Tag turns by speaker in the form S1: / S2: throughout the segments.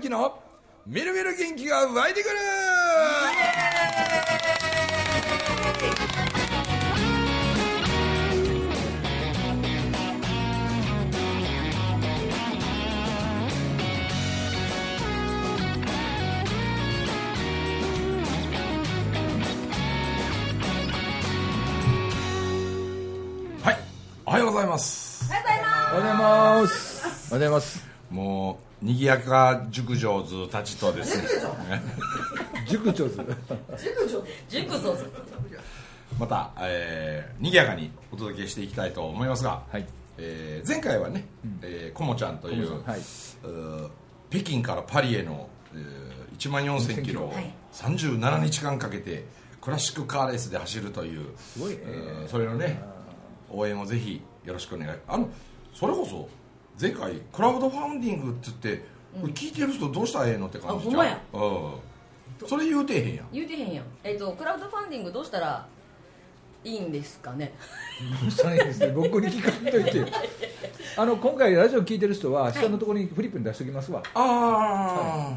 S1: きのみるみる元気が湧いてくるはいおはようございます
S2: おはようございます。おはようございます。
S1: もう賑やか熟女図たちとです ね
S2: 塾長ズ。
S3: 塾ぞ
S1: また、えー、賑やかにお届けしていきたいと思いますが、
S2: はい。
S1: えー前回はね、えーコモちゃんという
S2: コモちゃんはいう
S1: ー北京からパリへの、えー1万4000キロを
S3: はい
S1: 37日間かけてクラシックカーレースで走るという
S2: ごいね
S1: えーそれのね応援をぜひよろしくお願いあのそれこそ前回クラウドファンディングっつって、これ聞いてる人どうしたらええのって感じ
S3: あほん
S1: じゃ
S3: ま
S1: ん
S3: や
S1: うんそれ言うてへんやん
S3: 言うてへんやんえっ、とクラウドファンディングどうしたらいいんですかね
S2: サインですね。僕に聞かんといて。あの今回ラジオ聞いてる人は下のところにフリップに出しておきますわ。
S1: あ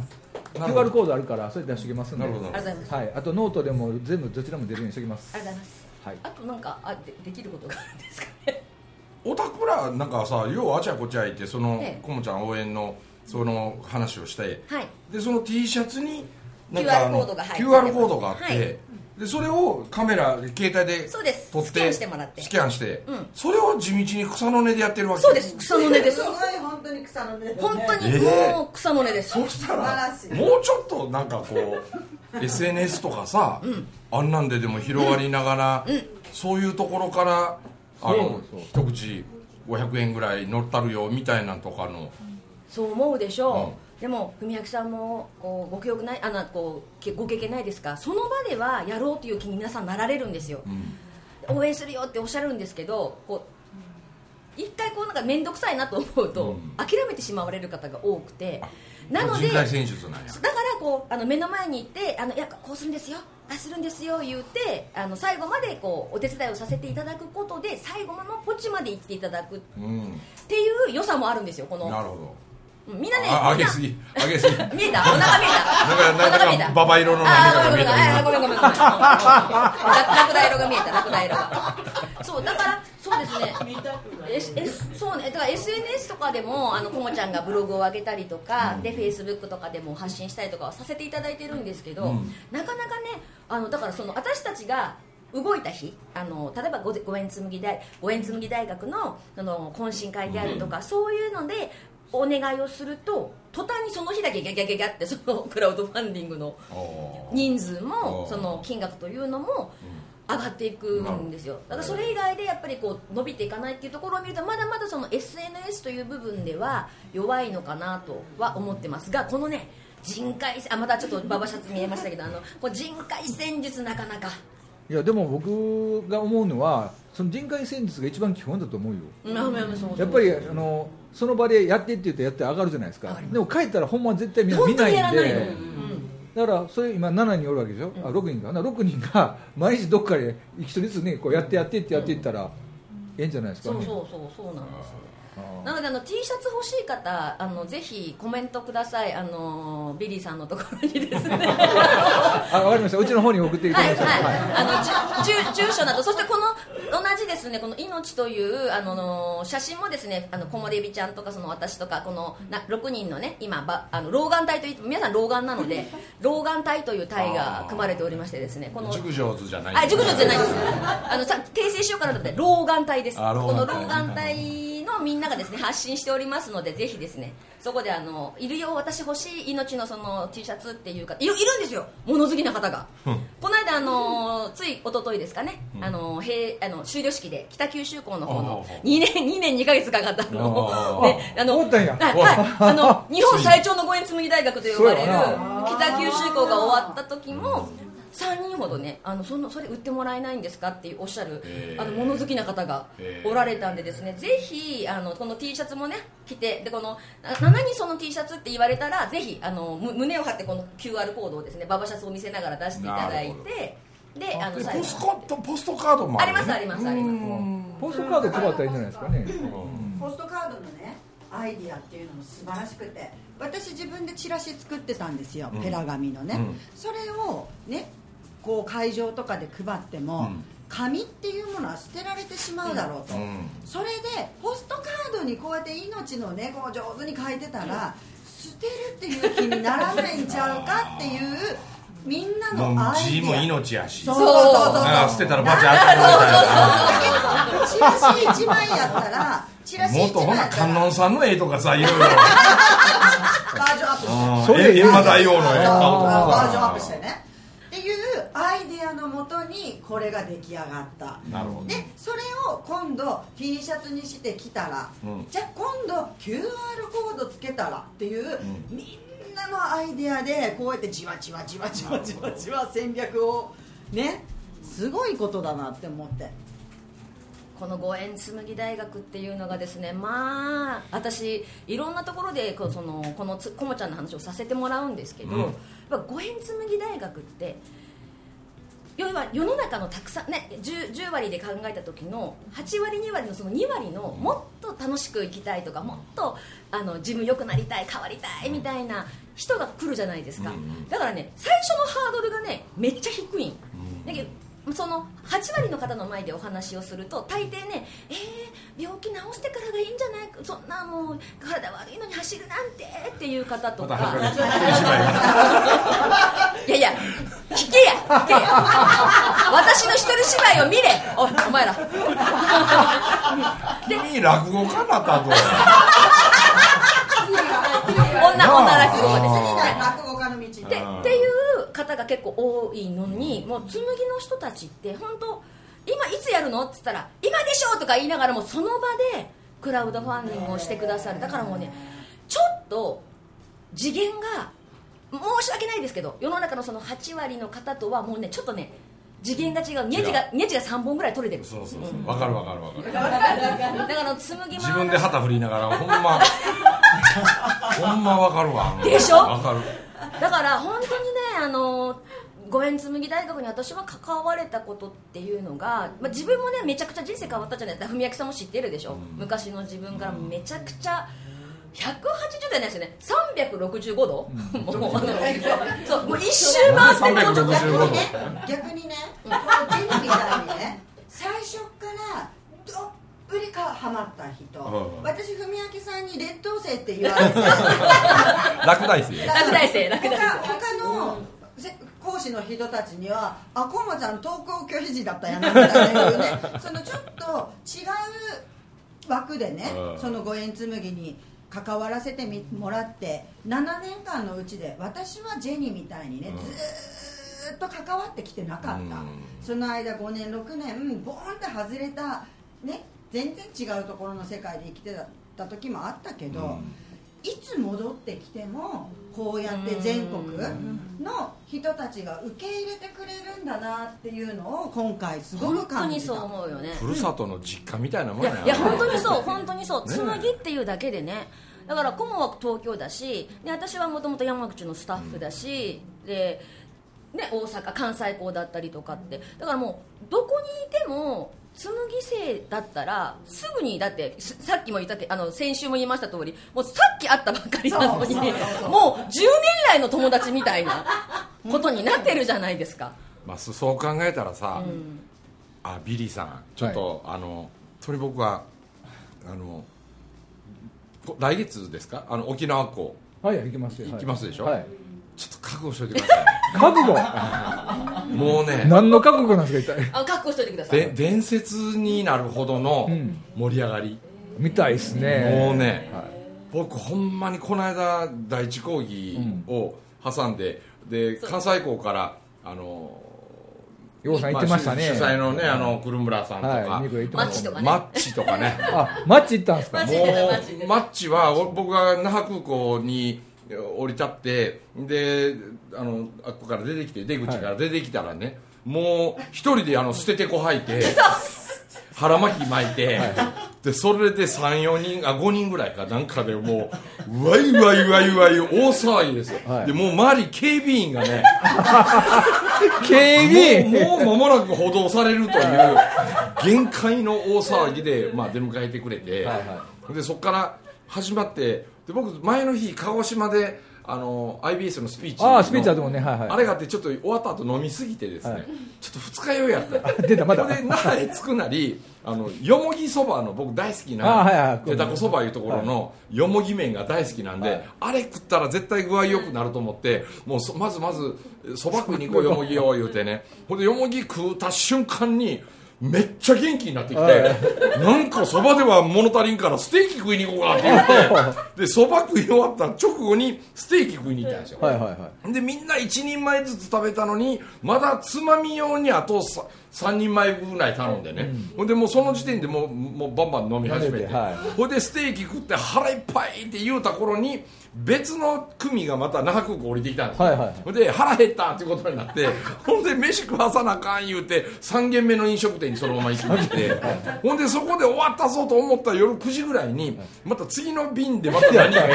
S1: あ、なるほ
S2: QR
S1: ど
S2: コードあるからそれ出しておきますんで。
S1: なるほど
S3: ありがとうございます
S2: はい。あとノートでも全部どちらも出るようにしておきます
S3: あ。りがとうございます
S2: はい。
S3: あとなんかあでできることがあるんですかね
S1: オタクらなんかさようあちゃこちゃいてその
S3: ええ
S1: こもちゃん応援のその話をして
S3: はい
S1: でその T シャツになんか
S3: QR
S1: あの
S3: コードが入って
S1: QR コードがあって、
S3: はい
S1: でそれをカメラ携帯で
S3: そうです
S1: 撮って
S3: スキャンしてもらって
S1: スキャンして
S3: うん
S1: それを地道に草の根でやってるわけ
S3: そうです草の根です
S4: ごい本当に草の根です ね
S3: 本当に
S1: ええ
S3: もう草の根です、
S1: そしたら
S4: 素晴らしい
S1: もうちょっとなんかこ う SNS とかさ、あんなんででも広がりながら、そういうところからあの
S2: そう
S1: 一口500円ぐらい乗ったるよみたいなんとかの
S3: そう思うでしょう、でも文明さんもこうご記憶ないあのこうけご経験ないですかその場ではやろうという気に皆さんなられるんですよ、応援するよっておっしゃるんですけどこう一回こうなんか面倒くさいなと思うと、
S1: うん
S3: 諦めてしまわれる方が多くてなの
S1: 人
S3: でだ
S1: 材
S3: か
S1: 戦術なんや
S3: らこうあの目の前に行ってあのいやこうするんですよあするんですよ言ってあの最後までこうお手伝いをさせていただくことで最後のポチまで行っていただくっ
S1: うん
S3: ていう良さもあるんですよこの
S1: なるほど
S3: うんみんなね
S1: あ上
S3: みん
S1: げ
S3: な
S1: すぎ上げすぎなんか
S3: 見えたお腹見えた
S1: なん
S3: お腹見え
S1: か
S3: た
S1: ババ色の何か
S3: あ
S1: が
S3: ー
S1: 見えた今
S3: ごめんごめんごめんごめんごめんごめんラクダ色が見えたラクダ色がそうだからそうですね S S そうねだから SNS とかでもあのこもちゃんがブログを上げたりとか、で Facebook とかでも発信したりとかはさせていただいてるんですけど、
S1: うん
S3: なかなかねあのだからその私たちが動いた日あの例えばごご縁紡ぎ大ご縁紡ぎ大学のあの懇親会であるとか、そういうのでお願いをすると途端にその日だけギャギャギャギャってそのクラウドファンディングの
S1: おー
S3: 人数
S1: あー
S3: もその金額というのも上がっていくんですよだからそれ以外でやっぱりこう伸びていかないっていうところを見るとまだまだその SNS という部分では弱いのかなとは思ってますがこのね人海戦あまたちょっと馬場シャツ見えましたけどあのこう人海戦術なかなか
S2: いやでも僕が思うのはその人海戦術が一番基本だと思うよ。
S3: うんあうんそうそう
S2: やっぱりあのその場でやってって言ってやって上がるじゃないです
S3: 上
S2: か
S3: がりま。す
S2: でも帰ったらほんまは絶対みんな見
S3: 本当
S2: な
S3: にや
S2: い
S3: ら
S2: ん
S3: ないの、う
S2: で。
S3: ん
S2: だからそれ今7人おるわけでしょ、あ6人かな6人が毎日どっかで一人ずつねこうやってやってってやっていったらええんじゃないです
S3: そ
S2: か
S3: う
S2: ね
S3: そうそうそうなんですよ
S2: あ
S3: なのであの T シャツ欲しい方あのぜひコメントくださいあのビリーさんのところにですね
S2: ーあ分かりましたうちの方に送っていた
S3: は
S2: だ
S3: い
S2: きました
S3: はい、あのじゅ住住所など、そしてこの同じですね、この命というあのの写真もですね、あの小森エビちゃんとかその私とかこのな六人のね、今ばあの老眼帯といって皆さん老眼なの で、老眼帯という帯が組まれておりましてですね、この
S1: 熟女図じゃない
S3: あ、熟女じゃないです。あのさ訂正しようかなと思って老眼帯です。こ
S1: あ老眼帯
S3: の老眼帯のみんながですね発信しておりますのでぜひですねそこであのいるよ私欲しい命のその T シャツっていうかいるいるんですよ物好きな方が。この間あのつい一昨日ですかね、あのへあの終了式で北九州校の方の
S1: あー
S3: 2年2年2ヶ月かかったの
S1: あー
S3: をねあの
S2: 終わったんや
S3: はいはい あの日本最長のご縁紡ぎ大学と呼ばれる
S2: そうや
S3: 北九州校が終わった時も3人ほどねあのそのそれ売ってもらえないんですかっておっしゃる、
S1: えー
S3: あの物好きな方が
S1: えー
S3: おられたんでですね、ぜひあのこの T シャツもね着てでこのあ何その T シャツって言われたらぜひあのむ胸を張ってこの QR コードをですねババシャツを見せながら出していただいてであの
S1: で
S3: 最
S1: ポ
S3: 後
S1: スコットポストカードもある
S3: ありますありますあります
S1: うん
S2: ポストカード配ったらいいんじゃないですかね
S4: ポストカードのねアイディアっていうのも素晴らしくて私自分でチラシ作ってたんですよ、ペラ紙のね、
S1: うん
S4: それをねこう会場とかで配っても、
S1: うん
S4: 紙っていうものは捨てられてしまうだろうと、
S1: うん
S4: それでポストカードにこうやって命のねこう上手に書いてたら捨てるっていう気にならないんちゃうかっていうみんな
S1: も
S4: の
S1: う
S4: アイ
S1: 字
S4: ディ
S1: も
S4: ア
S1: 命やし
S4: そう
S3: そう
S4: そうそう
S1: ああ捨てたらバチあ
S4: チラシ1枚やったらチラ
S1: る
S4: シ
S1: もっと
S4: 1
S1: ほ
S4: 枚や
S1: な
S4: った
S1: 観
S4: ら
S1: 音さんの絵とかさいろいろ
S4: バージョンアップし
S2: そ
S4: て
S2: れ
S1: え閻魔大王の絵
S4: そう
S1: 顔と
S2: あ
S1: か
S2: ー
S4: バージョンアップしてねっていうアイデアのもとにこれが出来上がった
S1: なるほど
S4: でそれを今度 T シャツにして着たら、
S1: うん
S4: じゃあ今度 QR コードつけたらっていう、
S1: う
S4: みんなのアイデアでこうやってじわじわじわじわじわじわ戦略をねすごいことだなって思って
S3: この五円紬大学っていうのがですねまあ私いろんなところでこうそのこのつこもちゃんの話をさせてもらうんですけど、
S1: うん
S3: やっぱ五円紬大学って要は世の中のたくさんね 10, 10割で考えた時の8割2割のその2割のもっと楽しく生きたいとかもっとあの自分良くなりたい変わりたいみたいな人が来るじゃないですか、
S1: うんうん
S3: だからね最初のハードルがねめっちゃ低いんだけどその8割の方の前でお話をすると大抵ねえー、病気治してからがいいんじゃないかそんなもう体悪いのに走るなんてっていう方と
S1: ま
S3: か
S1: た始まりました
S3: いやいや聞けや 聞けや私の一人芝居を見れおいお前ら
S1: 君落語家だったとあー
S3: 女女落語ですはい
S4: 落語家の道に
S3: で
S1: うん
S3: っていう方が結構多いのにもう紬の人たちって本当今いつやるのって言ったら「今でしょ!」とか言いながらもその場でクラウドファンディングをしてくださるだからもうねちょっと次元が申し訳ないですけど世の中のその8割の方とはもうねちょっとね次元が違うネジがネジが3本ぐらい取れてる
S1: そうそうそうわかるわかるわかる
S3: だから紬
S1: 自分で
S3: も
S1: 旗振りながらほんまほんまわかるわ
S3: でしょ
S1: わかる
S3: だから本当にねあのご縁紬大学に私は関われたことっていうのが、まあ、自分もねめちゃくちゃ人生変わったじゃないですか文明さんも知ってるでしょ、昔の自分からめちゃくちゃ180度じゃないですよね365度、もうあのそうもう一周回ってる
S1: 365
S4: 逆
S1: 度
S4: にね逆にねこのジムみたいにね最初からどっぷりかハマった人、
S1: うん
S4: 私文明さんに劣等生って言われて
S1: 落第生
S3: 落第生落第生
S4: 他他の、せ講師の人たちには「あコンマちゃん登校拒否時だったやな」みたいないうねそのちょっと違う枠でね
S1: うん
S4: その五円紬に関わらせてみもらって7年間のうちで私はジェニーみたいにね、
S1: うん
S4: ずーっと関わってきてなかった、
S1: うん
S4: その間5年6年ボーンって外れたね全然違うところの世界で生きてた時もあったけど、
S1: うん
S4: いつ戻ってきてもこうやって全国の人たちが受け入れてくれるんだなっていうのを今回すご
S3: 本
S4: く
S3: 当
S4: 感
S3: に
S4: じた
S3: そう思うよね
S1: ふるさとの実家みたいなもん
S3: い
S1: や
S3: や
S1: ない
S3: や本当に そう本当にそう
S1: ねえ
S3: 紬っていうだけでねだから顧問は東京だしで私はもともと山口のスタッフだし、で、ね、大阪関西校だったりとかってだからもうどこにいても紬生だったらすぐにだってすさっきも言ったけあの先週も言いました通りもうさっき会ったばっかりなのに
S4: そ
S3: も
S4: う
S3: う
S4: そう
S3: 10
S4: そうそう
S3: 年来の友達みたいなことになってるじゃないですか。
S1: まあ、そそう考えたらさ、
S3: ん
S1: あビリーさんちょっと、あのそれ僕はあのこ来月ですかあの沖縄港
S2: はい行きますよはい
S1: 行きますでしょ
S2: はい
S1: ちょっと覚悟しといてくださ
S2: 覚悟
S1: いもうね
S2: 何の覚悟なんですか一体
S3: あ確保しといてください
S1: で伝説になるほどの
S2: うん
S1: 盛り上がり、
S2: みたいです
S1: もう
S2: ね
S1: ね、僕ほんまにこの間第一講義を挟んで、で関西港からあの
S2: ようさん言ってましたね
S1: あ主主催のねあのくるむらさんとか、
S2: はいニコが言ってました
S3: マッチとかね
S1: マッチとか ね
S2: あマッチ行ったんですか
S3: マジ
S1: も
S3: でマジ
S1: うマッチはお僕が那覇空港にえ降り立ってであのあっこから出てきて出口から出てきたらね、もう一人であの捨ててこ吐い て腹巻き巻いて、でそれで34人あ5人ぐらいかなんかでもうわいわいわいわい大騒ぎですよ、
S2: はい
S1: でもう周り警備員がね
S2: 警備員
S1: もうもう間もなく補導されるという限界の大騒ぎで、まあ、出迎えてくれて、
S2: はいは
S1: でそこから始まってで僕前の日鹿児島であの IBS のスピーチの
S2: ああスピーチあってもねはいはい
S1: あれがあってちょっと終わった後飲みすぎてですね、
S2: はい
S1: ちょっと二日酔いやった
S2: あ出たまだ
S1: これで那覇へ着くなりあのよもぎそばの僕大好き
S2: あはいは
S1: ない手だこそばいうところのよもぎ麺が大好きなんで、
S2: はい
S1: あれ食ったら絶対具合良くなると思ってもうそまずまずそば食いに行こうよもぎを言うてねほんでよもぎ食うた瞬間にめっちゃ元気になってきて、
S2: はい
S1: なんかそばでは物足りんからステーキ食いに行こうかって言 ってでそば食い終わった直後にステーキ食いに行ったんですよ、
S2: はいはいはい
S1: でみんな1人前ずつ食べたのにまだつまみ用にあとさ3人前ぐらい頼んでね、ほんでもうその時点でもうもうバンバン飲み始め
S2: 飲んで
S1: て、
S2: てはい
S1: ほんでステーキ食って腹いっぱいって言うた頃に別の組がまた那覇空港降りてきたんですよ、
S2: はいはいはい
S1: ほんで腹減ったっていうことになってほんで飯食わさなあかん言うて3軒目の飲食店にそのまま行きましてほんでそこで終わったぞと思った夜9時ぐらいにまた次の便でまた何が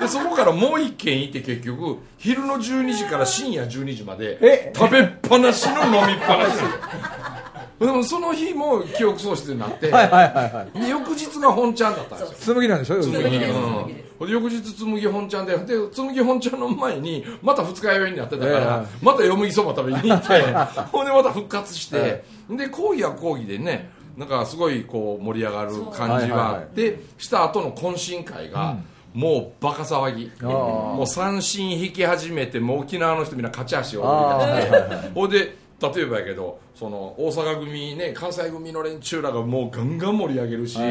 S1: でそこからもう一軒行って結局昼の12時から深夜12時まで
S2: え
S1: 食べっぱなしの飲みっぱなしでもその日も記憶喪失になって、
S2: はいはいはいはい
S1: で翌日が本ちゃんだったんですよ
S2: 紬なんでしょ
S1: 紬
S3: 紬です
S1: うんほんで翌日紬本ちゃんでで紬本ちゃんの前にまた二日酔いになってたから、
S2: ええはい
S1: またよむぎそば食べに行ってほんでまた復活して、で講義は講義でねなんかすごいこう盛り上がる感じはあって、した後の懇親会が、もうバカ騒ぎ
S2: あー
S1: もう三振引き始めてもう沖縄の人みんな勝ち足を
S2: ああ
S1: 踊り出して
S2: はいはいはい
S1: ほいで例えばやけどその大阪組ね関西組の連中らがもうガンガン盛り上げるし、
S2: は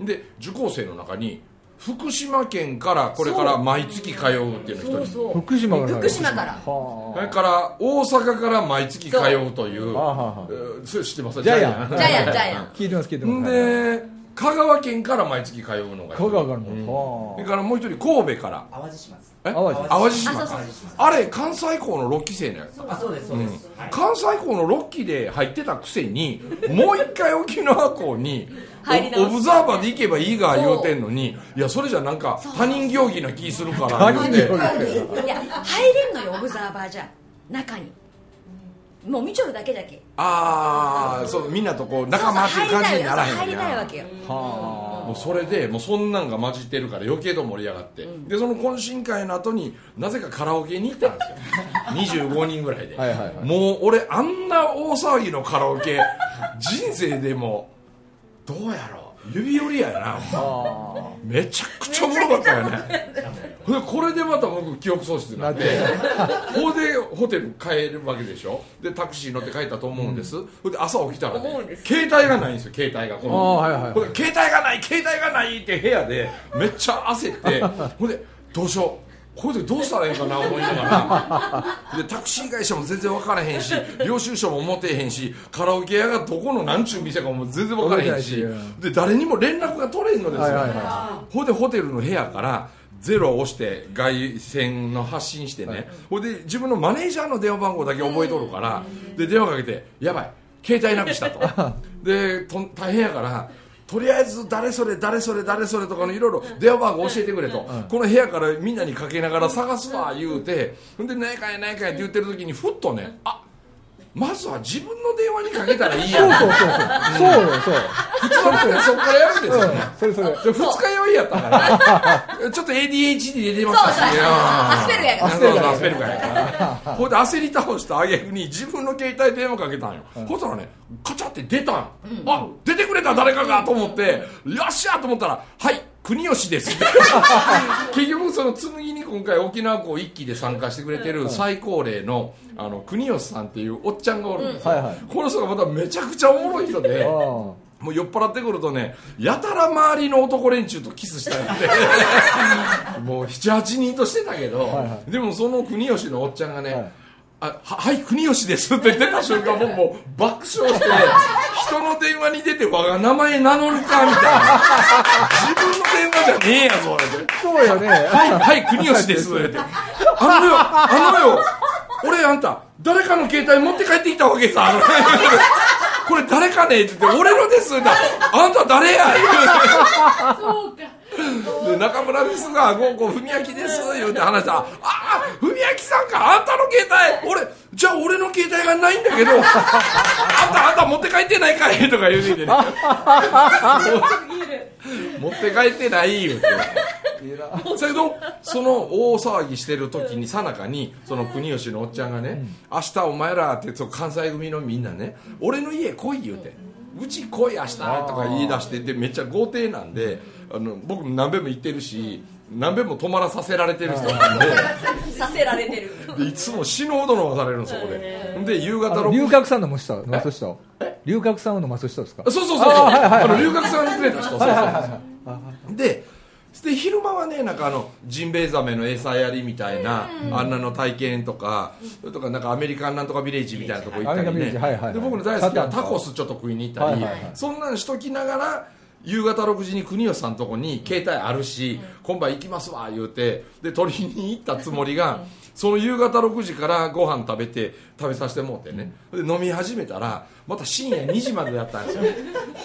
S1: で受講生の中に福島県からこれから毎月通うっていう
S3: そ
S1: の
S3: う
S1: 一人
S3: そう
S2: 福島から
S3: 福島から
S1: そ
S2: は
S1: れから大阪から毎月通うという
S2: あはあはあ
S1: えーそれ知ってます
S2: ジャイアン
S3: ジャイアンジャイアン
S2: 聞いてます聞いて
S1: ん
S2: ますはい
S1: で香川県から毎月通うのが一人
S2: 香川から
S1: うん
S2: も
S1: それからもう一人神戸から
S5: 淡路島です
S1: え
S2: 淡路
S1: 淡路島
S3: あそう
S5: 淡路島
S1: あれ関西校の6期生のやつ
S5: あそうですそうです、はい
S1: 関西校の6期で入ってたくせにもう一回沖縄校に
S3: 入り直
S1: オ
S3: す
S1: オブザーバーで行けばいいが言うてんのにいやそれじゃなんか他人行儀な気するから
S2: 他
S1: 言
S2: 人
S1: うて
S2: 行
S3: いや入れんのよオブザーバーじゃ中にもう見ちょるだけだけ
S1: ああそうみんなとこう仲間っていう感じにならへん
S3: そう入り
S1: や
S3: たいわけよ
S2: は
S1: もうそれでもうそんなんが混じってるから余計と盛り上がって、でその懇親会の後になぜかカラオケに行ったんです よ25人ぐらいで
S2: はいはいはい
S1: もう俺あんな大騒ぎのカラオケ人生でもどうやろう指折りやな
S2: あは
S1: めちゃくちゃおもろかったよねほんでこれでまた僕記憶喪失になってほんでホテル帰るわけでしょでタクシー乗って帰ったと思うんです、ほんで朝起きたら、ね
S3: 思うんです
S1: 携帯がないんですよ携帯がこ
S2: あ
S1: の
S2: はいはい
S1: ほんで携帯がない携帯がないって部屋でめっちゃ焦ってほんでどうしようこれでどうしたらいいかな思いながらでタクシー会社も全然分からへんし領収書も持てへんしカラオケ屋がどこの何ちゅう店かも全然分からへんし
S2: 分からへんし
S1: で誰にも連絡が取れんのですよ、
S2: はいはいは
S1: ほんでホテルの部屋からゼロを押して外線の発信してね、ほんで自分のマネージャーの電話番号だけ覚えとるから、で電話かけてやばい携帯な くしたとでと大変やからとりあえず誰それ誰それ誰それとかのいろいろ電話番号教えてくれと、この部屋からみんなにかけながら探すわ言うてほんで何やかんや何やかんやって言ってる時にふっとねあまずは自分の電話にかけたらいいやん
S2: そうそうそうそうよそう
S1: 普通の人そこからやるんですよね
S2: うんそれそれ
S1: で二日酔いやったから、ちょっと ADHD 出てましたし、
S3: そうそうアスペルガーやから
S1: アスペルガーアスペルガーやから、ほんで焦り倒した挙句に自分の携帯電話かけたんよ、ほしたらね、カチャって出たん、あ出てくれた誰かがと思って、よっしゃと思ったら、はい、国吉ですって、結局、その紬に今回、沖縄校一期で参加してくれてる最高齢のあの国吉さんっていうおっちゃんがおるんですよ、
S2: うんはいはい
S1: この人がまためちゃくちゃおもろい人で。
S2: あ
S1: もう酔っ払ってくるとねやたら周りの男連中とキスしたんで もう78人としてたけど、
S2: はいは
S1: でもその国吉のおっちゃんがね「
S2: はい
S1: あははい国吉です」って出た瞬間僕もう爆笑して 人の電話に出て我が名前名乗るかみたいな自分の電話じゃねえやぞって
S2: ーそうよね
S1: はい、はい、国吉です。ってあのよ、あのよ、俺あんた、誰かの携帯持って帰ってきたわけさ。あの これ誰かねって言って、俺のですって言ったらあんた誰やそうか。で中村ですが、ゴーゴー文明です。言うて話したら、ああ、文明さんか、あんたの携帯、俺、じゃあ俺の携帯がないんだけど、あんた、あんた持って帰ってないかいとか言うててね。持って帰ってないよって
S2: いいな
S1: それとその大騒ぎしてる時にさなかにその国吉のおっちゃんがね「明日お前ら」ってそう関西組のみんなね「俺の家来い」言うて「うち来い明日」とか言い出してでめっちゃ豪邸なんであの僕何べも行ってるし何べも泊まらさせられてる人なん で
S3: させられてる
S1: でいつも死ぬほど飲まされるんですよそこでで夕
S2: あ
S1: 方
S2: の
S1: 六
S2: 龍角さんの松下松下龍角さんの松下ですか
S1: そうそうそうそう
S2: あーはいはいはい
S1: あの留学さんくれた人そうそ
S2: は
S1: う
S2: いはいはい
S1: そうでで昼間はねなんかあのジンベエザメの餌やりみたいな、あんなの体験とか、それとかなんかアメリカンなんとかビレッジみたいなとこ行った
S2: ア
S1: り
S2: メリカンビ
S1: ね
S2: レッジはいはいはい
S1: で僕の大好きなタコスちょっと食いに行ったり、
S2: はいはいはい
S1: そんなんしときながら夕方6時に国吉さんのとこに携帯あるし、今晩行きますわ言うてで取りに行ったつもりが、その夕方6時からご飯食べて食べさせてもうてねで飲み始めたらまた深夜2時までやった んですよ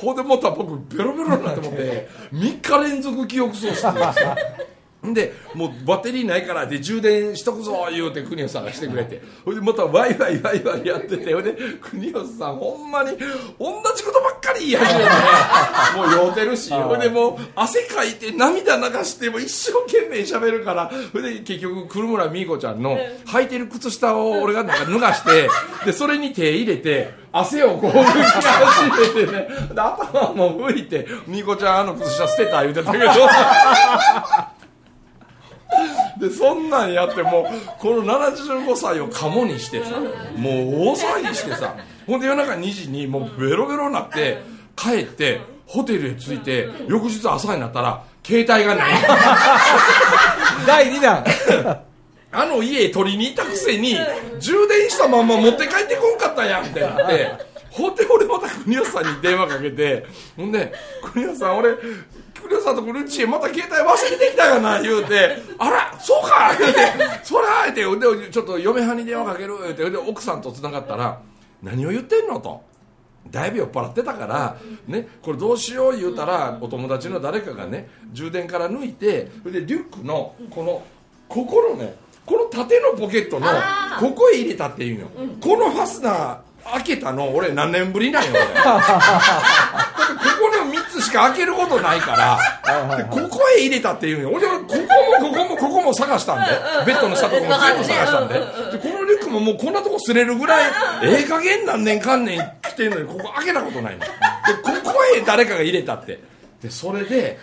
S1: ほんでまた僕ベロベロになってもって3日連続記憶喪失ですよでもうバッテリーないからで充電しとくぞ言うて国吉さんがしてくれてほいでまたワイワイワイワイやっててほいで国吉さんほんまに同じことばっかり言い始めてねもう酔うてるしほいでもう汗かいて涙流してもう一生懸命喋るからほいで結局黒村美子ちゃんの履いてる靴下を俺がなんか脱がしてでそれに手入れて汗をこう拭き始めてねで頭も拭いて美子ちゃんあの靴下捨てた言うてたけど。でそんなんやってもうこの75歳をカモにしてさもう大騒ぎしてさほんで夜中2時にもうベロベロになって帰ってホテルへ着いて翌日朝になったら携帯がない
S2: 第2弾
S1: あの家へ取りに行ったくせに充電したまんま持って帰ってこんかったやんってなってほんで俺また国吉さんに電話かけてほんで国吉さん俺国吉さんとこの家へまた携帯忘れてきたがな言うてあらそうか言うてそら言うてほんでちょっと嫁はんに電話かける言うてほんで奥さんとつながったら何を言ってんのと。だいぶ酔っ払ってたから、ね、これどうしよう言うたら、お友達の誰かがね充電から抜いてそれでリュックのこのここのねこの縦のポケットの
S3: あー
S1: ここへ入れたっていうの、このファスナー開けたの俺何年ぶりなんよ俺だってここの3つしか開けることないからでここへ入れたっていうの俺はここもここもここも探したんでベッドの下とかも全部探したんで
S3: うんうんうん
S1: でこのリュックももうこんなとこ擦れるぐらいええ加減何年かんねん来てんのにここ開けたことないのでここへ誰かが入れたってでそれで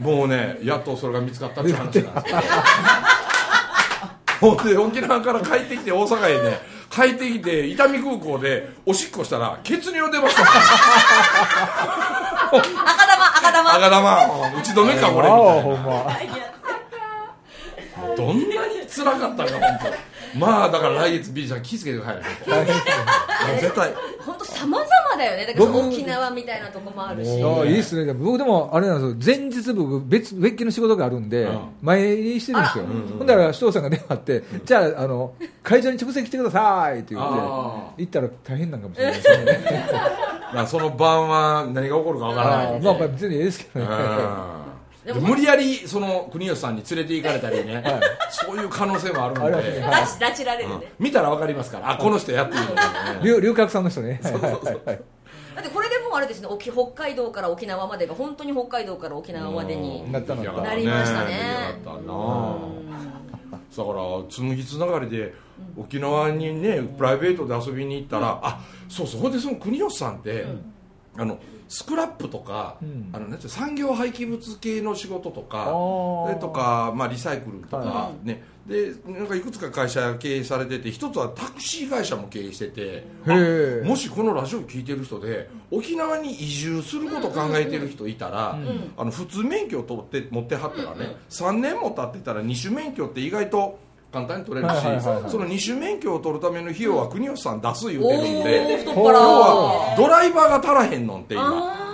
S1: もうねやっとそれが見つかったっていう話なんですけどほんで沖縄から帰ってきて大阪へね帰ってきて伊丹空港でおしっこしたら血尿出ました 赤玉
S3: 赤玉赤玉
S1: 打ち止めかこれみ
S2: ああ
S1: たい
S2: ほ
S1: なん
S2: ま
S1: どんなに辛かったか本当まあだから来月 B ちゃん気付けて帰る絶対
S3: 本当様々だよねだからその沖縄みたいなとこもあるし
S2: ああいいっすねでも僕でもあれなんですよ前日僕別別件の仕事があるんで、
S1: うん
S2: 前入りしてるんですよ、ほんだら首藤さんが電話あって、じゃああの会場に直接来てくださいって言って
S1: ああ
S2: 行ったら大変なんかもしれないですね
S1: だからその晩は何が起こるかわからない
S2: ああまあまあ別にええですけどね
S1: うんで無理やりその国吉さんに連れて行かれたりね、そういう可能性もある
S2: あり
S1: の
S2: ますね
S1: で、
S2: は
S3: 拉致拉致られる
S1: うん
S3: ね
S1: 見たらわかりますからあこの人やってるんだね
S2: 龍龍角さんの人ねはいはいはいはい
S3: だってこれでもうあれですね沖北海道から沖縄までが本当に北海道から沖縄までに
S2: なったのか
S3: なりましたね
S1: 出来上がったなだから紬つながりで沖縄にねプライベートで遊びに行ったら、あそうそうほんでその国吉さんって、あのスクラップとか、
S2: ん
S1: あのなんていうの産業廃棄物系の仕事とか
S2: あー
S1: えとか、まあ、リサイクルとか、
S2: は
S1: ねでなんかいくつか会社経営されてて一つはタクシー会社も経営してて
S2: へえ
S1: あもしこのラジオ聞いてる人で沖縄に移住すること考えてる人いたら、あの普通免許を取って持ってはったらね、3年も経ってたら二種免許って意外と簡単に取れるし、
S2: はいはいはいはい
S1: その二種免許を取るための費用は国吉さん出す言う
S3: お
S1: て
S3: お
S1: るんで
S3: ー太っ
S2: ほら
S1: 要
S3: 腹
S1: はドライバーが足らへんのんって今
S3: あー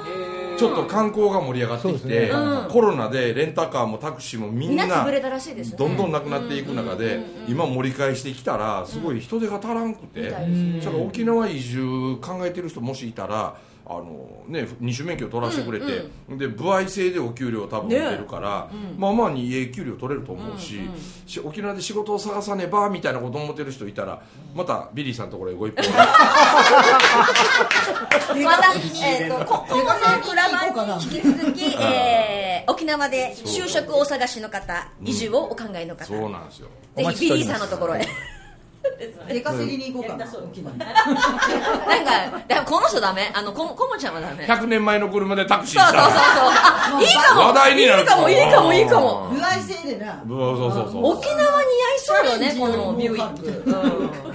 S1: ちょっと観光が盛り上がってき
S2: そうで
S1: て、
S2: すね
S3: うん
S1: コロナでレンタカーもタクシーもみ
S3: み
S1: ん
S3: んな
S1: な
S3: 潰れたらしいですね
S1: どんどんなくなっていく中で、今盛り返してきたらすごい人手が足らんくて、
S3: み
S1: だ
S3: た
S1: か
S3: いです
S1: ら
S3: ね
S1: 沖縄移住考えてる人もしいたらあのね二種免許取らせてくれて、で部合制でお給料多分出るから、まあまあにええ給料取れると思うし,、し沖縄で仕事を探さねばみたいなこと思ってる人いたらまたビリーさんのところへご一 報
S3: また、えー、とこ今後のクラマンに引き続き、えー、沖縄で就職をお探しの方移住をお考えの方、
S1: そうなんですよ
S2: お
S3: ぜ
S2: 待
S3: ひ
S2: ちして
S3: ビ
S2: お
S3: リー
S2: りま
S3: さん
S2: す
S3: のところへ
S4: 出稼ぎに行こうかな
S5: やりたそう
S4: 沖縄に
S3: なんかだからこの人ダメあのここもちゃんはダメそう
S1: 100年前の車でタクシー
S3: そうそう
S1: し
S3: そう
S1: たら
S3: あいいかも
S1: 話題になる
S3: いいかもいいかもいいかも
S4: 具合制でな
S1: そうそうそうそう
S3: 沖縄に合いそうよねこのビューイック、うん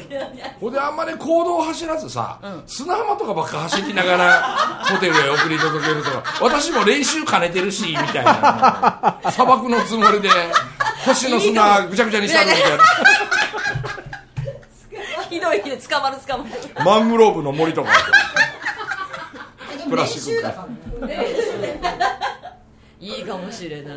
S1: ほんであんまり行動を走らずさ、
S3: ん
S1: 砂浜とかばっか走りな がらホテルへ送り届けるとか私も練習兼ねてるしみたいな 砂漠のつもりで星の砂ぐちゃぐちゃにしたのみたい
S3: ひどいひどい捕まる捕まる
S1: なマングローブの森とか
S4: えで
S1: プ
S4: も
S1: ラ
S4: 練
S1: スチック
S4: 習
S1: か
S4: だからね
S3: いいかもしれない、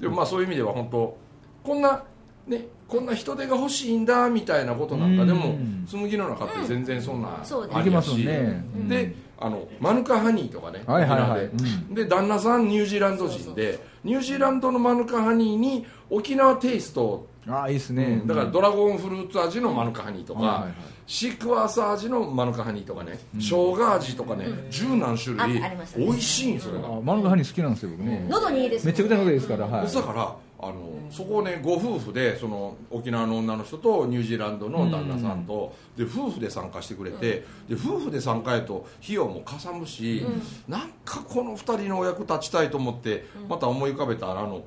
S1: でもまあそういう意味では本当こんなねこんな人手が欲しいんだみたいなことなんかで
S2: う
S1: も
S2: ん
S1: 紬の中って全然そんな
S3: そうです
S1: あ
S2: いけ
S1: り
S2: ま
S1: や
S2: すも
S1: し
S2: んね、うん
S1: であのマヌカハニーとかね、
S2: はいはいはい
S1: 沖縄で,、で旦那さんニュージーランド人でニュージーランドのマヌカハニーに沖縄テイスト、
S2: ああいいですね、
S1: だからドラゴンフルーツ味のマヌカハニーとか、
S2: はいはいはい
S1: シークワーサー味のマヌカハニーとかね、生姜味とかね十、何種類
S3: あありましたね
S1: 美味しいんそれが、
S2: あマンガハニー好きなんですよ僕ね、
S3: 喉にいいです
S2: めちゃくちゃのですから、はい、
S1: だからあのそこをねご夫婦でその沖縄の女の人とニュージーランドの旦那さんと、で夫婦で参加してくれて、で夫婦で参加へと費用もかさむし、なんかこの2人のお役立ちたいと思って、また思い浮かべたあの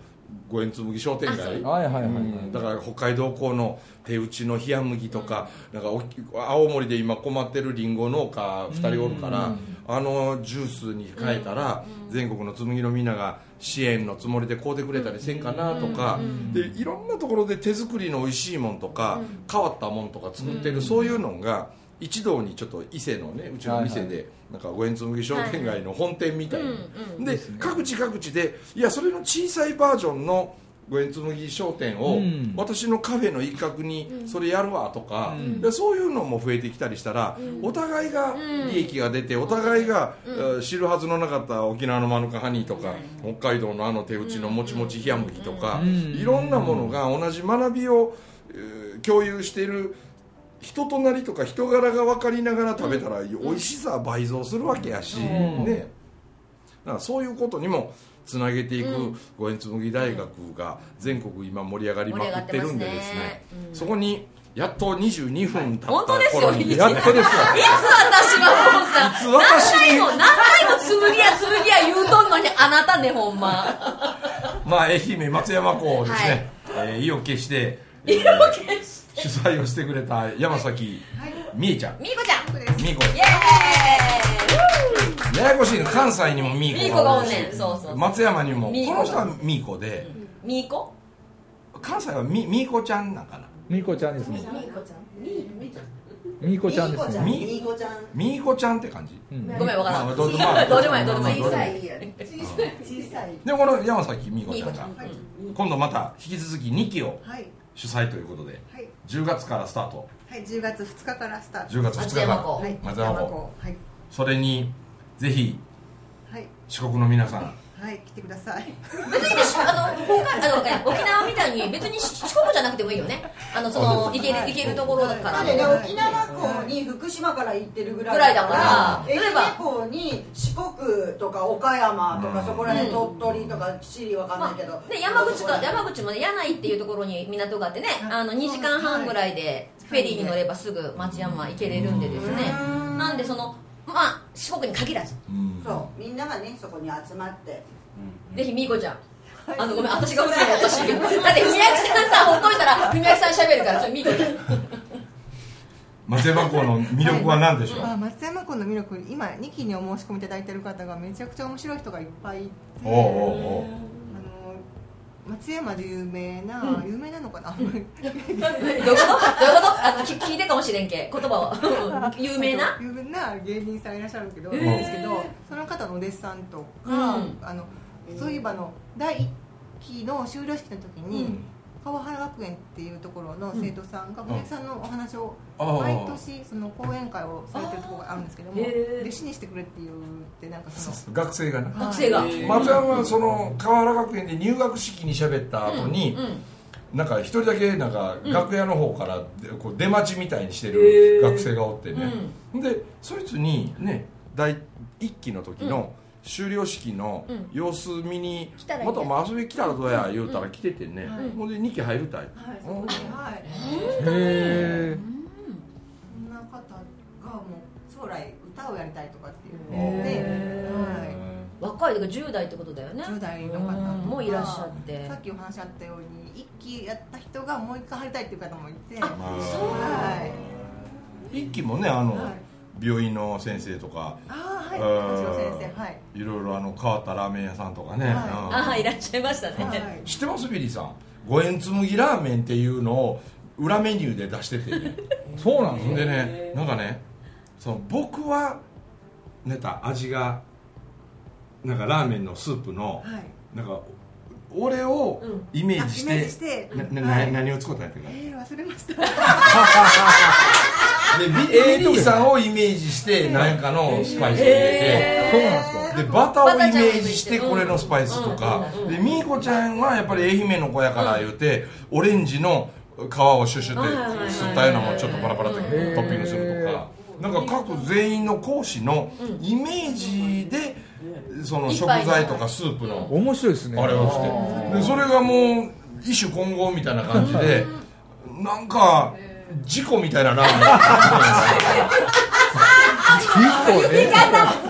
S1: 五円紬商店街
S2: はいはいはい、
S1: うんだから北海道港の手打ちの冷麦とか,、なんかお青森で今困ってるりんご農家2人おるから、あのジュースに変えたら、全国の紬のみんなが支援のつもりで買うてくれたりせんかなとか、でいろんなところで手作りの美味しいもんとか、変わったもんとか作ってる、そういうのが一堂にちょっと伊勢のねうちの店で、なんか五円紬商店街の本店みたいな、で各地各地でいやそれの小さいバージョンの五円紬商店を、
S2: うん
S1: 私のカフェの一角にそれやるわとか、でそういうのも増えてきたりしたら、お互いが利益が出て、お互いが、えー知るはずのなかった沖縄のマヌカハニーとか、北海道のあの手打ちのもちもち冷麦とか、
S2: うん
S1: いろんなものが同じ学びを、えー共有している人となりとか人柄が分かりながら食べたら、美味しさは倍増するわけやし、
S2: ん
S1: ねだからそういうことにもつなげていく五円紬大学が全国今盛り上がりまくってるんでですね
S3: 盛り上がってますねうん
S1: そこにやっと22分経った
S3: 本当ですよ
S1: 頃に
S3: い
S1: やっとですよ
S3: いつ私がもう
S1: い
S3: さ
S1: つ私に
S3: 何回も何回も紬や紬や言うとんのにあなたねほんま
S1: まあ愛媛松山港をですね、えー意を決してえー取材をしてくれた山崎美恵ちゃん
S3: みーこちゃん
S1: 美恵子
S3: イエ
S1: ややこしいの関西にも美
S3: ーイ
S1: 恵
S3: みー
S1: 子
S3: こが
S1: がお
S3: お
S1: る
S3: ん
S1: し
S3: ねんそうそう
S1: 松山にもこ
S3: 美恵子
S1: の人は美恵子で
S3: みーこ
S1: 関西はみ美恵子ちゃんなんかな
S2: みーこちゃんですね
S5: みーこちゃんみーちゃん
S2: みーこちゃんですね
S1: み
S4: みーこちゃん
S1: 美恵子ちゃんって感じ
S2: うん
S3: ごめんわから
S1: まあ
S3: ん
S1: どうでもいい
S3: どうでもいいどうでもいい
S1: どう
S5: 小
S1: でも
S5: さ
S1: い
S5: いやね
S4: 小さい
S1: でこの山崎美子ちゃんが
S3: 美
S1: 今度また引き続き2期を
S4: はい
S1: 主催ということで
S4: はい
S1: 10月からスタート
S4: はい10月2日からスタート
S1: 10月2日
S3: 松
S1: か
S3: 山
S1: ら
S3: 港
S4: はい
S1: 松山港
S4: はい
S1: それにぜひ
S4: はい
S1: 四国の皆さん
S4: はい来てください
S3: 別にしあの今回あのね沖縄みたいに別にし四国じゃなくてもいいよねあのそ
S1: あそうそ
S3: の
S1: う
S3: 行ける行けるところだから
S4: だってね沖縄港に福島から行ってるぐらい
S3: ぐらいだから
S4: 愛
S3: 例えば
S4: 媛港に四国とか岡山と
S1: う
S4: か
S1: ん
S4: そこら辺鳥取とかチリわかんないけど
S3: まあね、山口か山口もね柳井っていうところに港があってねあの2時間半ぐらいでフェリーに乗ればすぐ松山行けれるんでですね
S4: うん
S3: なんでそのまあ四国に限らず
S1: うん
S4: そうみんながねそこに集まって
S3: ぜひみーこちゃんあのごめん私が振るのおかしいけどだって宮城さんさほっといたら宮城さん喋るからちょっとみーこちゃん
S1: 松山港の魅力は何でし ょう
S6: まあ、松山君の魅力今2期にお申し込みいただいてる方がめちゃくちゃ面白い人がいっぱいいて
S1: おうおうおう
S6: あの松山で有名な、有名なのかなあんまり
S3: どういうことどういうことあの聞聞いてかもしれんけ言葉 を有名な
S6: 有名な芸人さんいらっしゃるけど、
S3: へー
S6: ですけどその方のお弟子さんとか、
S3: うん
S6: あのそういえばあの第1期の修了式の時に、
S1: うん
S6: 川原学園っていうところの生徒さんが
S1: ん
S6: 藤木さんのお話を
S7: ああ
S4: 毎年その講演会をされてるところがあるんですけども
S3: ああへえ
S4: 弟子にしてくれって言ってなんかその
S1: 学生がな
S3: 学生が、
S7: え
S1: 松山はその河原学園で入学式に喋った後に、
S3: うん
S1: なんか一人だけなんか楽屋の方からでこう出待ちみたいにして
S3: へ
S1: る
S3: ー
S1: 学生がおってね、でそいつにね第一期の時の修了式の
S3: うん
S1: 様子見に
S3: 来たらいい
S1: ま
S3: ね
S1: たまあ遊びに来たらどうや言うたら来ててね、
S3: ん
S1: ほんで2期入るたい、
S8: はい、そこに、はい。
S2: え
S4: そんな方がもう将来歌をやりたいとかっていう
S1: へ
S4: ので、
S3: え
S4: は
S3: 若いだから10代ってことだよね
S4: い、10代の方とか
S3: うんもういらっしゃって
S4: さっきお話あったように一期やった人がもう一回入りたいっていう方もいて
S3: あ
S1: ま
S3: そう
S1: あ、
S4: はい
S1: 1期もねあの、
S4: はい
S1: 病院の先生とか
S4: あーはい
S1: あ
S4: 私の
S1: ー
S4: 先生はい
S1: いろいろあの変わったラーメン屋さんとかね、
S4: はい
S1: うん
S3: ああいらっしゃいましたね、
S4: はい
S1: 知ってますビリーさん五円紬ラーメンっていうのを裏メニューで出しててね
S2: そうなん
S1: ほん
S2: です
S1: で
S2: ね
S1: ねなんかねその僕はネタ味がなんかラーメンのスープの
S4: はい
S1: なんか俺をイメージして,、
S4: あイメージして
S1: なな
S4: はい
S1: 何を使ったんやったっけ
S4: えー、忘れました
S1: でビビリーさんをイメージして何かのスパイスを入れて、
S2: そうなんですか
S1: でバターをイメージしてこれのスパイスとかでみーこちゃんはやっぱり愛媛の子やから言うてオレンジの皮をシュシュって吸ったようなもんちょっとパラパラってト
S2: へー
S1: ッピングするとかなんか各全員の講師のイメージでその食材とかスープの
S2: 面白いですね
S1: あれをしてでそれがもう一種混合みたいな感じでなんか事故みたいなラーメン
S2: 結構ね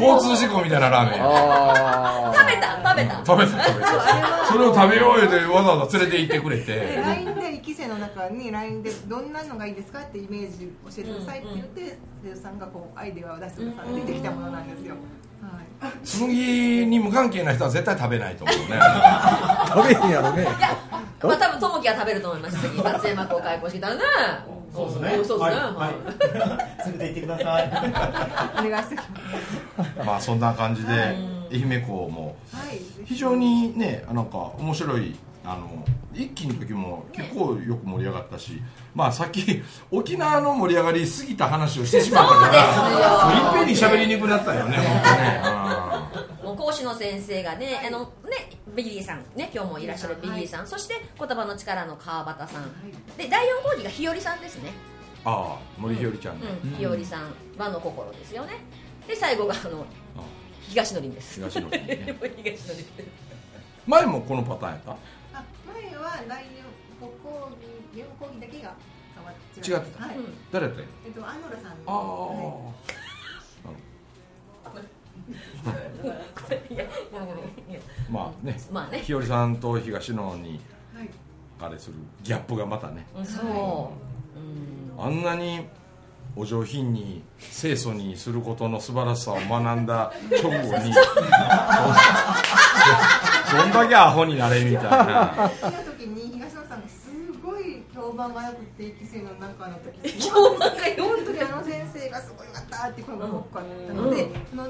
S1: 交通事故みたいなラーメン
S2: あ
S3: 食べた食べた
S1: 食べた食べたそれを食べようよでわざわざ連れて行ってくれて
S4: LINE で1期生の中に LINE でどんなのがいいですかってイメージ教えてくださいって言って生徒さんがこうアイデアを出してくださって出てきたものなんですよ、はい、
S1: 紬に無関係な人は絶対食べないと思うね
S2: あ食べへんやろね
S3: いやまあ多分ともきは食べると思います次松山公開講師だね
S9: そうですね。
S3: んそうですね、
S9: はい。連れて行ってください。
S4: お願いしてきま
S1: まあそんな感じで愛媛校も
S4: すはいぜ
S1: 非
S4: ひ
S1: 常にねなんか面白いあの一期の時も結構よく盛り上がったし、まあさっき沖縄の盛り上がりすぎた話をしてしまったからもういっぺんに喋りにくくなったよね本当ね
S3: もう講師の先生がね、あのねビリーさんね今日もいらっしゃるビリーさん、そして言葉の力の川端さん、で第四講義が日和さんですね、
S1: ああ森ひよりちゃんね、
S3: うん、日和さん和の心ですよねで最後があの
S1: あ
S3: 東のりんです
S1: 東野凛ね
S3: もう東のりん
S1: 前もこのパターンやった
S4: あ前は来年ご講義両講義だけが変わって
S1: 違ってた
S4: はい、
S3: うん
S1: 誰やったんや
S4: えっとアンノラさんの
S1: ああ、
S4: はい
S1: まあね
S3: まあね、
S1: 日和さんと東野に
S4: はい
S1: あれするギャップがまたね
S3: うんそう、うん、
S1: あんなにお上品に清楚にすることの素晴らしさを学ん だ直後にどんだけアホになれみたいな
S4: その時に東野さんがすごい評判が良くて1期生の中の時
S3: 評判が良
S4: 本当にあの先生がすごいよかったって声が多かったので、
S3: うん
S4: その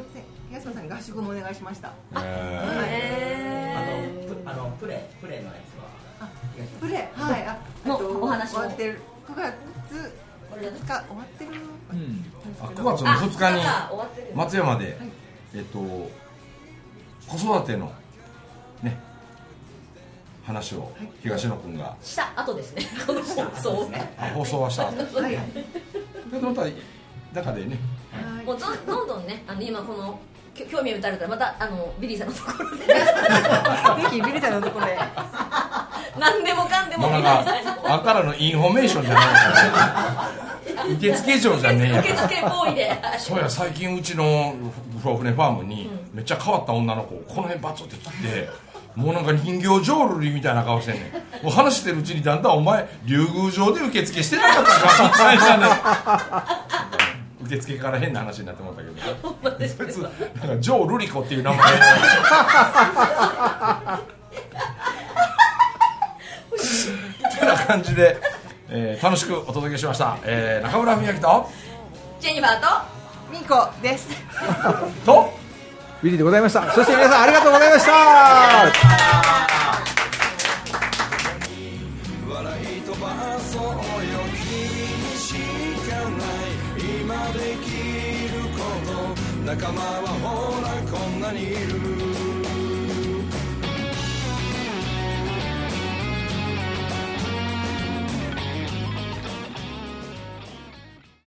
S4: 東野さんに合宿もお願いしました
S1: え
S3: へー
S9: あの、プあのプレプレのやつは。
S4: プレはいあ
S3: の
S4: えっと
S3: お話を
S4: 終わってる9月2日終わってる
S2: うん
S4: んです
S1: ーあ
S4: け
S1: 9
S4: ど
S1: 月の
S3: あ
S1: 2日に
S3: なんか終わってるよ
S1: 松山で、えっと、子育てのね話を東野君が
S3: した後ですねこの放送
S1: あ放送はした後
S4: はい
S1: でまた中でね
S4: はい
S3: もうどんどんどんねあの今このきょ興味を打たれたらまたあのビリーさんのところで
S4: ぜひビルちゃんのところへ
S3: 何でもかんでも
S1: もう
S3: ビ
S1: なん
S3: リー
S1: か
S3: さんの
S1: あんたらのインフォメーションじゃないからね受付嬢じゃねえや
S3: 受付ボーイではい
S1: そうや最近うちのふわふねファームにめっちゃ変わった女の子この辺バツって切ってもうなんか人形浄瑠璃みたいな顔してんねんもう話してるうちにだんだんお前竜宮城で受付してなかったかみたいなね受付から変な話になってもらったけどそいつなんか浄瑠璃子っていう名前てな感じで、えー楽しくお届けしました、えー中村文明と
S3: ジェニファーと
S4: ミコです
S1: と
S2: ビリーでございましたそして皆さんありがとうございました
S1: 笑い飛ばそうよ君
S10: できること仲間はほらこんなにいる